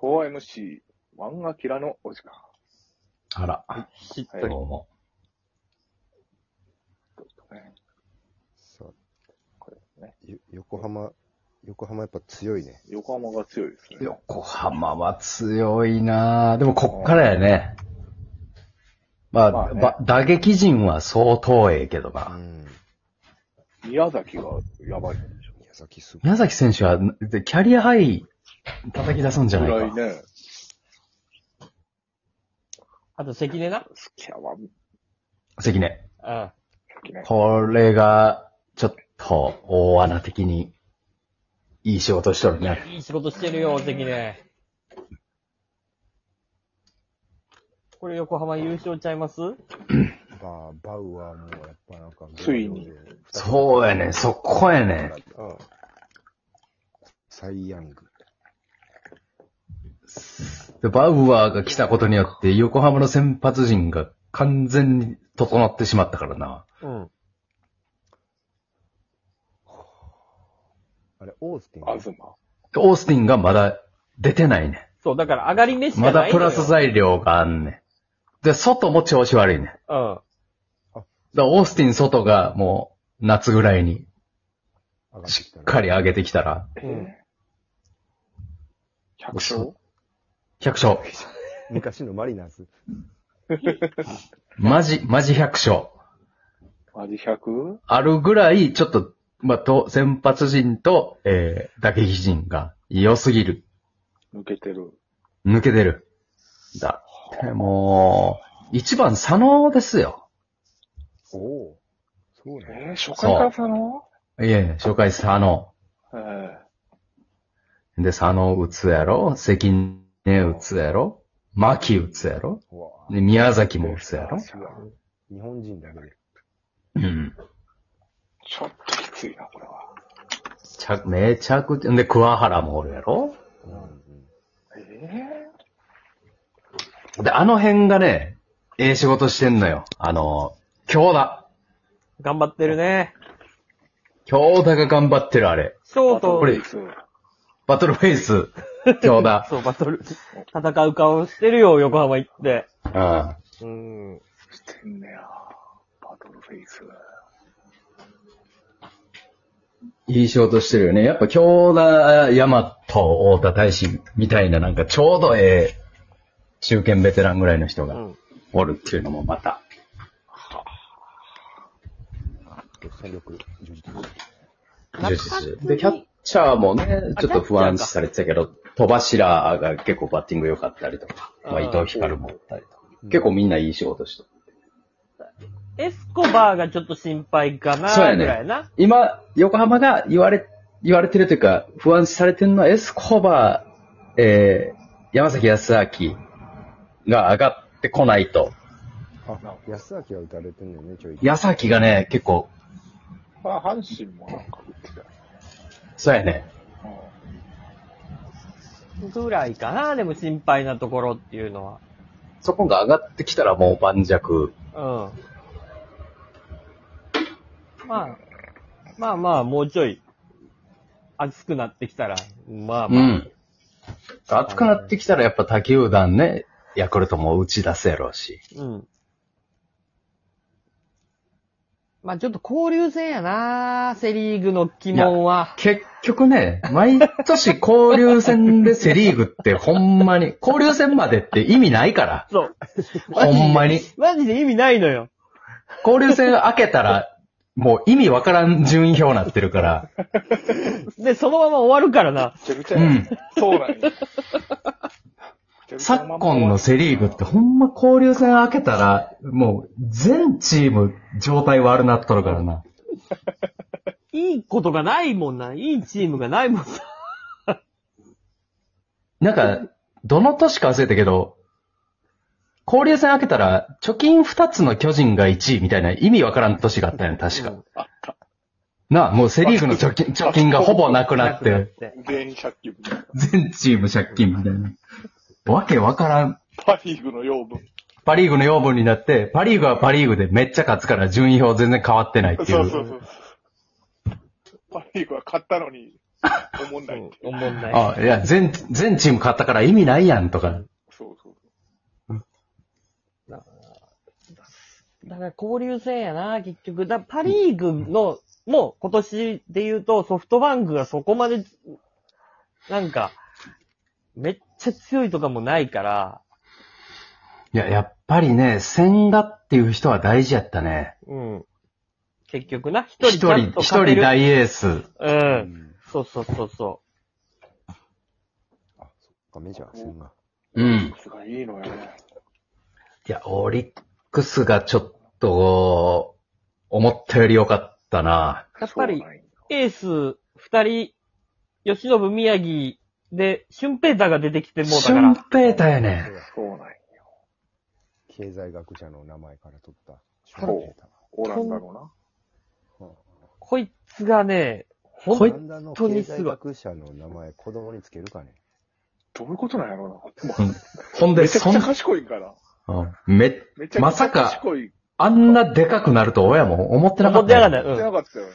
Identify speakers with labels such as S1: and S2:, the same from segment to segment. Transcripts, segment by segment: S1: 4MC、漫画キラのお時間。
S2: あら、
S3: しっと
S1: は
S2: ど
S1: いう
S2: も。
S1: ということでね
S3: さあ
S1: これですね。
S3: よ横浜、横浜やっぱ強いね。
S1: 横浜が強いですね。
S2: 横浜は強いなぁ。でもこっからやね。まあ、
S1: まあね
S2: ば打撃陣は相当ええけど
S3: う
S2: な。
S3: ん。
S1: 宮崎がやばいんでしょ。
S3: 宮崎すごい。
S2: 宮崎選手は、でキャリアハイ叩き出すんじゃ
S1: ぐ
S2: ない
S1: らい
S2: か。
S1: ね、
S4: あと関根な。
S1: 好きやわ、
S2: 関根。
S4: うん。
S1: 関根。
S2: これが、ちょっと、大穴的に、いい仕事しとるね。
S4: いい仕事してるよ、関根。これ横浜優勝ちゃいます
S3: まあ、バウアーもやっぱなんか、
S1: ついに。
S2: そうやねん、そこやねん。
S3: ああ。サイヤング。
S2: で、バウアーが来たことによって、横浜の先発陣が完全に整ってしまったからな。
S4: うん。
S3: あれ、オースティン。
S1: 東。
S2: でオースティンがまだ出てないね。
S4: そう、だから上がり飯じ
S2: ま
S4: ゃな
S2: だ
S4: い
S2: プ
S4: のよ
S2: ラス材料があんねん。で、外も調子悪いねん。だか
S4: うん。
S2: らオースティン外がもう夏ぐらいに
S3: 上がってき
S2: したっ
S3: ね
S2: かり上げてきたら、
S4: うん
S1: 百勝
S2: 100勝。
S3: 昔のマリナーズ。
S2: マジ、マジ100勝。
S1: マジ 100?
S2: あるぐらい、ちょっと、まあ、と、先発陣と、えー、打撃陣が良すぎる。
S1: 抜けてる。
S2: 抜けてる。だってもう、一番佐野ですよ。
S3: おお。そうね。
S1: えー、初回からさの
S2: いやいや、紹介佐野。
S1: ええ
S2: で、佐野打つやろ関根打つやろ牧打つやろ
S3: うわあ
S2: で、宮崎も打つやろ
S3: 日本人だけで。
S2: うん。
S1: ちょっときついな、これは。
S2: ちゃ、めちゃくちゃ、で、桑原もおるやろ
S3: うんうん。
S1: え
S2: で、あの辺がね、ええ仕事してんのよ。あの、京田。
S4: 頑張ってるね。
S2: 京田が頑張ってる、あれ。
S4: ショ
S1: ー
S4: ート、
S2: これバトルフェイス、 京田。
S4: そう、バトル、戦う顔してるよ、横浜行って。
S2: うん。
S3: うん。
S1: してんねや。バトルフェイス。
S2: いい仕事してるよね。やっぱ京田、大和、大田大使みたいな、なんかちょうどええ、中堅ベテランぐらいの人
S4: う
S2: が
S4: ん。
S2: おるっていうのもまた。
S3: 戦力、充実。
S2: 充実で、キャッチャーもね、ちょっと不安視されてたけど、戸柱が結構バッティング良かったりとか、まあ、
S4: あ
S2: 伊
S4: ー
S2: 藤光もおったりとか、
S3: うん
S2: 結構みんないい仕事して
S4: エスコバーがちょっと心配かな、
S2: そうやね
S4: ぐらいな。
S2: 今、横浜が言われ、言われてるというか、不安視されてるのはエスコバー、えー、山崎康明が上がってこないと。
S3: あ、安明は打たれてんだよね、ちょい。
S2: 安明がね、結構、
S1: まあ、阪神もなんか打ってたよ。
S2: そうやね。
S4: ぐらいかな、でも心配なところっていうの
S2: そこが上がってきたらもう盤石。
S4: は。うん。まあ、まあまあ、もうちょい、暑くなってきたら、まあ
S2: う
S4: まあ、
S2: ん。熱くなってきたらやっぱ他球団ね、ヤクルトも打ち出すやろうし。
S4: うん。まあちょっと交流戦やなセリーグの鬼門は。
S2: 結局ね、毎年交流戦でセリーグってほんまに、交流戦までって意味ないから。
S4: そう。
S2: ほんまに。
S4: マジで意味ないのよ。
S2: 交流戦開けたら、もう意味わからん順位表になってるから。
S4: で、そのまま終わるからな。
S1: めちゃくちゃ
S2: う
S1: や
S2: ん。
S1: そうなんや。
S2: 昨今のセリーグってほんま交流戦開けたら、もう全チーム状態悪なっとるからな。
S4: いいことがないもんな。いいチームがないもんな。
S2: なんか、どの年か忘れたけど、交流戦開けたら、貯金2つの巨人が1位みたいな意味わからん年があったよね、確か。なあ、もうセリーグの貯金、貯金がほぼなくなって、
S1: 全員借金。
S2: 全チーム借金みたいな。わけわからん。
S1: パリーグの養分。
S2: パリーグの養分になって、パリーグはパリーグでめっちゃ勝つから順位表全然変わってないってい
S1: そう
S2: う。
S1: そうそう。パリーグは勝ったのに、思んないって。
S4: おもんない。
S2: あ、いや、全、全チーム勝ったから意味ないやんとか。
S1: そうそう。
S4: だから交流戦やな、結局。だパリーグの、もう今年で言うとソフトバンクがそこまで、なんか、めっちゃ強いとかもないから、
S2: いや、やっぱりね、千賀っていう人は大事やったね。
S4: うん。結局な、一
S2: 一
S4: 人ちゃん
S2: 人、
S4: と
S2: 一
S4: 勝
S2: 人
S4: てる。
S2: 大エース。
S4: うん。そうそうそうそ
S3: あ、そっか、メジャー戦が。
S2: うん。
S1: さすがいいのよね。
S2: いや、オリックスがちょっと、思ったより良かったな。
S4: やっぱり
S1: そうなんよ
S4: う。エース、二人、吉信宮城で、シュンペーターが出てきてもうだ
S2: シ
S4: か
S2: ュ
S4: ら
S2: ン。ペーターやね。
S1: そうなんよ
S3: 経済学者の名前から取った。
S1: そうオランダのな。
S4: こいつがね、ほ
S3: オラ
S4: ん
S3: ンダの
S4: 本当
S3: 経
S4: にすごい
S3: 済学者の名前、子供につけるかね。
S1: どういうことなんやろうな。
S2: うんほんで、
S1: めちゃ
S2: そ
S1: く
S2: ん
S1: ちゃ、賢いんから。
S2: うんめ、
S1: めちゃ
S2: ま
S1: くち
S2: さ
S1: ゃ
S2: か
S1: 賢い。
S2: あんなでかくなると親も思ってなか
S4: 思
S2: っ
S4: ったて
S2: よ。
S4: なかった。
S1: やって
S4: うん。
S1: なかったよな。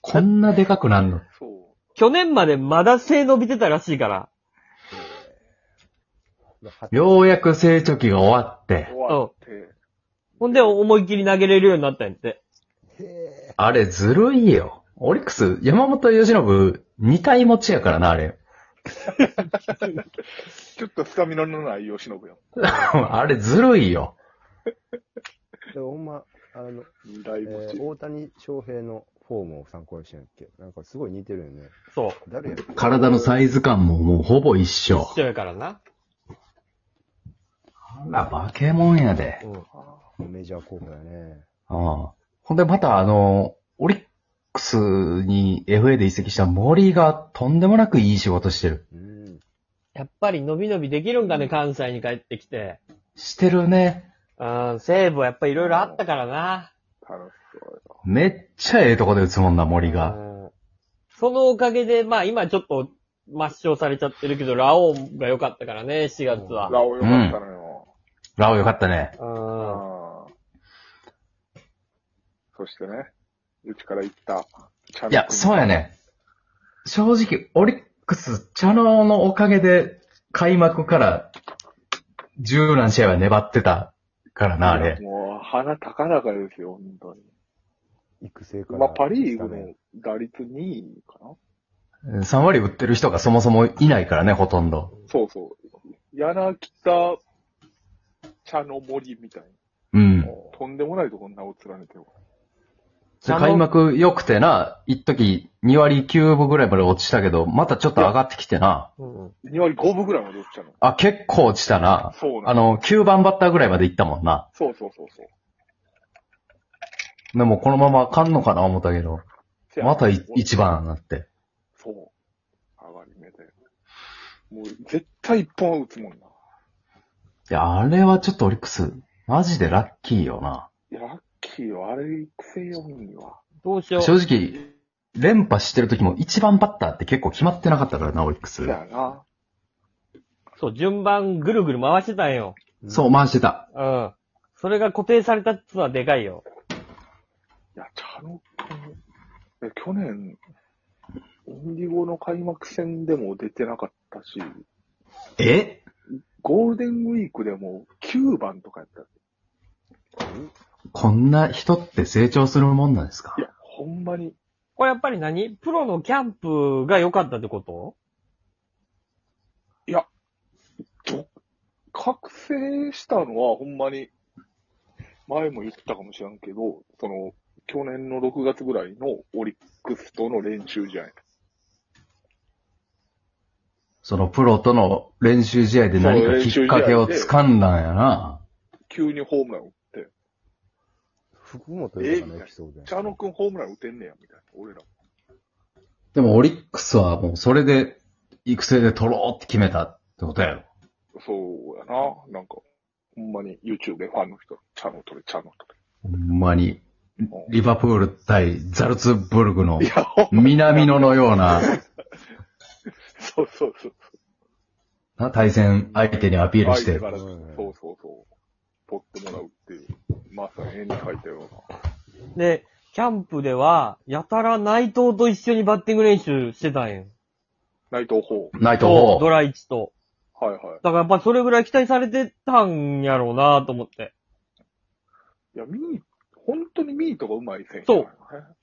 S2: こんなでかくなるの。
S1: そ
S4: 去年までまだ背伸びてたらしいから。
S2: ようやく成長期が終わっ
S1: う。
S2: て、
S1: 終わって。
S4: ほんで、思いっきり投げれるようになったんやって。
S3: へ
S2: あれずるいよ。オリックス、山本由伸、二体持ちやからな、あれ。
S1: ちょっとスタミナのない吉信よ。
S2: あれずるいよ。
S3: え。でほんま、あの、
S1: 二大
S3: え
S1: 持ち
S3: ー。大谷翔平のフォームを参考にしてんやっけなんかすごい似てるよね。
S4: そう。
S3: 誰やっけ
S2: 体のサイズ感ももうほぼ一緒。
S4: 一緒やからな。
S2: あら、化け物やで。
S4: うん。
S1: あ
S3: メジャー候補やね。
S2: ああほんでまたあの、オリックスに FA で移籍した森がとんでもなくいい仕事してる。
S3: うん。
S4: やっぱり伸び伸びできるんかね、関西に帰ってきて。
S2: してるね。
S4: うん、西武はやっぱいろいろあったからな。
S1: ー楽しそうよ。
S2: めっちゃええとこで打つもんな、森
S4: う
S2: が。
S4: んそのおかげで、まあ今ちょっと抹消されちゃってるけど、ラオウが良かったからね、4月は。
S1: ラオよかったのよ。
S2: ラオよかったね。
S4: うん。
S1: あーそしてね、うちから言った、チャン
S2: いや、そうや。ね。正直、オリックス、茶野のおかげで、開幕から、十何試合は粘ってたからな、あれ。
S1: もう、鼻高々ですよ、本当に。
S3: 育成から。
S1: まあ、パリーグの打率2位かな
S2: 3割打ってる人がそもそもいないからね、ほとんど。
S1: そうそう。柳田、茶の森みたい
S2: うん
S1: な。。とんでもないとこに名を連ねてる。
S2: で開幕良くてな、一時2割9分ぐらいまで落ちたけど、またちょっと上がってきてな。
S4: うん
S1: 2割5分ぐらいまで落ちたの。
S2: あ、結構落ちたな。
S1: そうな
S2: あ
S1: の。
S2: の、9番バッターぐらいまで行ったもんな。
S1: そうそうそうそう。
S2: でもこのままあかんのかな思ったけど、
S1: せや
S2: またい一。番になって。
S1: そう。上がり目で。もう、絶対一本は打つもんな。
S2: いや、あれはちょっとオリックス、マジでラッキーよな。
S1: いや、ラッキーよ。あれ、育成用には。
S4: どうしよ
S2: 正
S4: う。
S2: 直、連覇してる時も一番バッターって結構決まってなかったからな、オリックス
S1: そ。やな。
S4: そう、順番ぐるぐる回してたんよ。
S2: そう、回してた。
S4: うん。それが固定されたっつうのはでかいよ。
S1: いや、茶野君、え去年、インディゴの開幕戦でも出てなかったし、
S2: え
S1: ゴールデンウィークでも9番とかやった。
S2: こんな人って成長するもんなんですか
S1: いや、ほんまに、
S4: これやっぱり何プロのキャンプが良かったってこと
S1: 覚醒したのはほんまに、前も言ったかもしれんけど、その、去年の6月ぐらいのオリックスとの練習試合。
S2: そのプロとの練習試合で何かきっかけを掴んだんやな。
S1: 急にホームラン打って、
S3: 福本豊のエピソードやん
S1: 茶野くんホームラン打てんねや、みたいな。俺ら。
S2: でもオリックスはもうそれで、育成で取ろうって決めたってことやろ。
S1: そうやな。なんか、ほんまに YouTube でファンの人、茶野取れ、茶野取
S2: ほんまに。
S1: れ。
S2: リバプール対ザルツブルグの
S1: いや、ほんまに
S2: 南野のような
S1: そうそうそう。
S2: な対戦相手にアピールし
S1: 相手
S2: て
S1: か。ら
S3: うん
S1: そうそうそう。取ってもらうっていう。まさに絵に描いたような。
S4: で、キャンプでは、やたら内藤と一緒にバッティング練習してたんや。
S1: 内藤法。
S2: ナイト
S4: と、ド
S2: 4。
S4: ライチと。
S1: はいはい。
S4: だからやっぱそれぐらい期待されてたんやろうなと思って。
S1: いや、ミー、本当にミートがうまい選手。
S4: そう。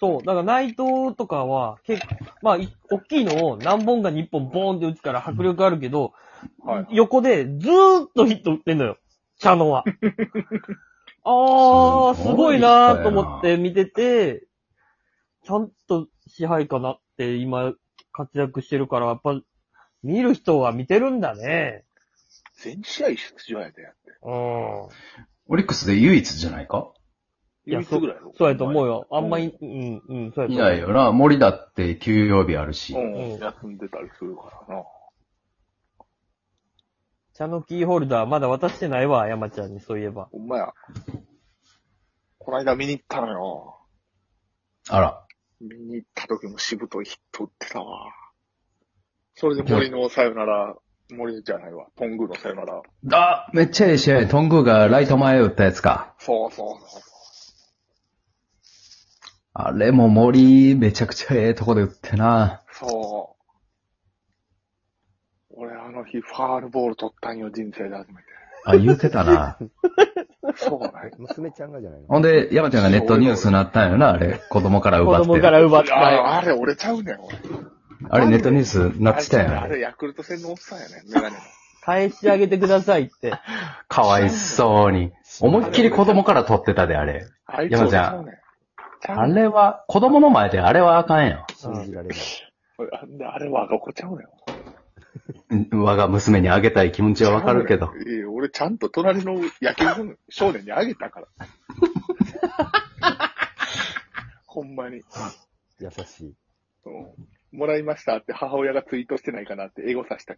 S4: そう。だから内藤とかは、結構、まあ、い大きいのを何本かに1本ボーンって打つから迫力あるけど、
S1: はい。
S4: 横でずーっとヒット打ってんのよ。茶野は。あー、す
S2: す
S4: ご
S2: ご
S4: い
S2: い
S4: な
S2: な
S4: ーと思って見てて、ちゃんと支配かなって今活躍してるから、やっぱ見る人は見てるんだね。
S1: 全試合出場やで。
S4: うん。
S2: オリックスで唯一じゃないか
S4: いや
S1: 唯一ぐらいやろ
S4: そうやと思うよ。あんまり、うん、うん、そうやと思う。
S2: いないよな。森だって休養日あるし
S1: う。
S4: う
S1: ん。
S4: ん
S1: 休んでたりするからな。
S4: 茶のキーホルダーまだ渡してないわ、山ちゃんにそういえば。
S1: ほんまや。こないだ見に行ったのよ。
S2: あら。
S1: 見に行った時もしぶといヒット打ってたわ。それで森のさよなら、森じゃないわ。トングのさよなら。
S2: あ、めっちゃええ試合。トングがライト前打ったやつか。
S1: そうそうそう。
S2: あれも森、めちゃくちゃええとこで打ってな。
S1: そう。俺あの日、ファールボール取ったんよ、人生で初めて。
S2: あ、言うてた な。
S1: そう なんよ
S3: 娘ちゃんがじゃないの
S2: ほんで、山ちゃんがネットニュースになったんやな、あれ。子供から奪
S4: 子
S2: って。
S4: 供から奪った。
S1: ああれ、俺ちゃうねん、俺。
S2: あれネットニュースになってたん
S1: あ
S2: や
S1: れ、ヤクルト戦のおっさんやねん、メガネの。
S4: 返してあげてくださいって。
S2: かわいそうに。思いっきり子供から撮ってたで、あれ。
S1: あいつ
S2: 山
S1: 俺ち
S2: ちゃん
S1: ゃうねん。ちゃ
S2: あ
S1: うねん
S2: れは、子供の前であれはあかんよ。
S3: 信じられない。
S1: 俺あんなあれ、我が子ちゃうねん。
S2: うん我が娘にあげたい気持ちはわかるけど。
S1: いや俺ちゃんと隣の野球部の少年にあげたから。ほんまに、
S3: 優しい。
S1: うんもらいましたって母親がツイートしてないかなってエゴさした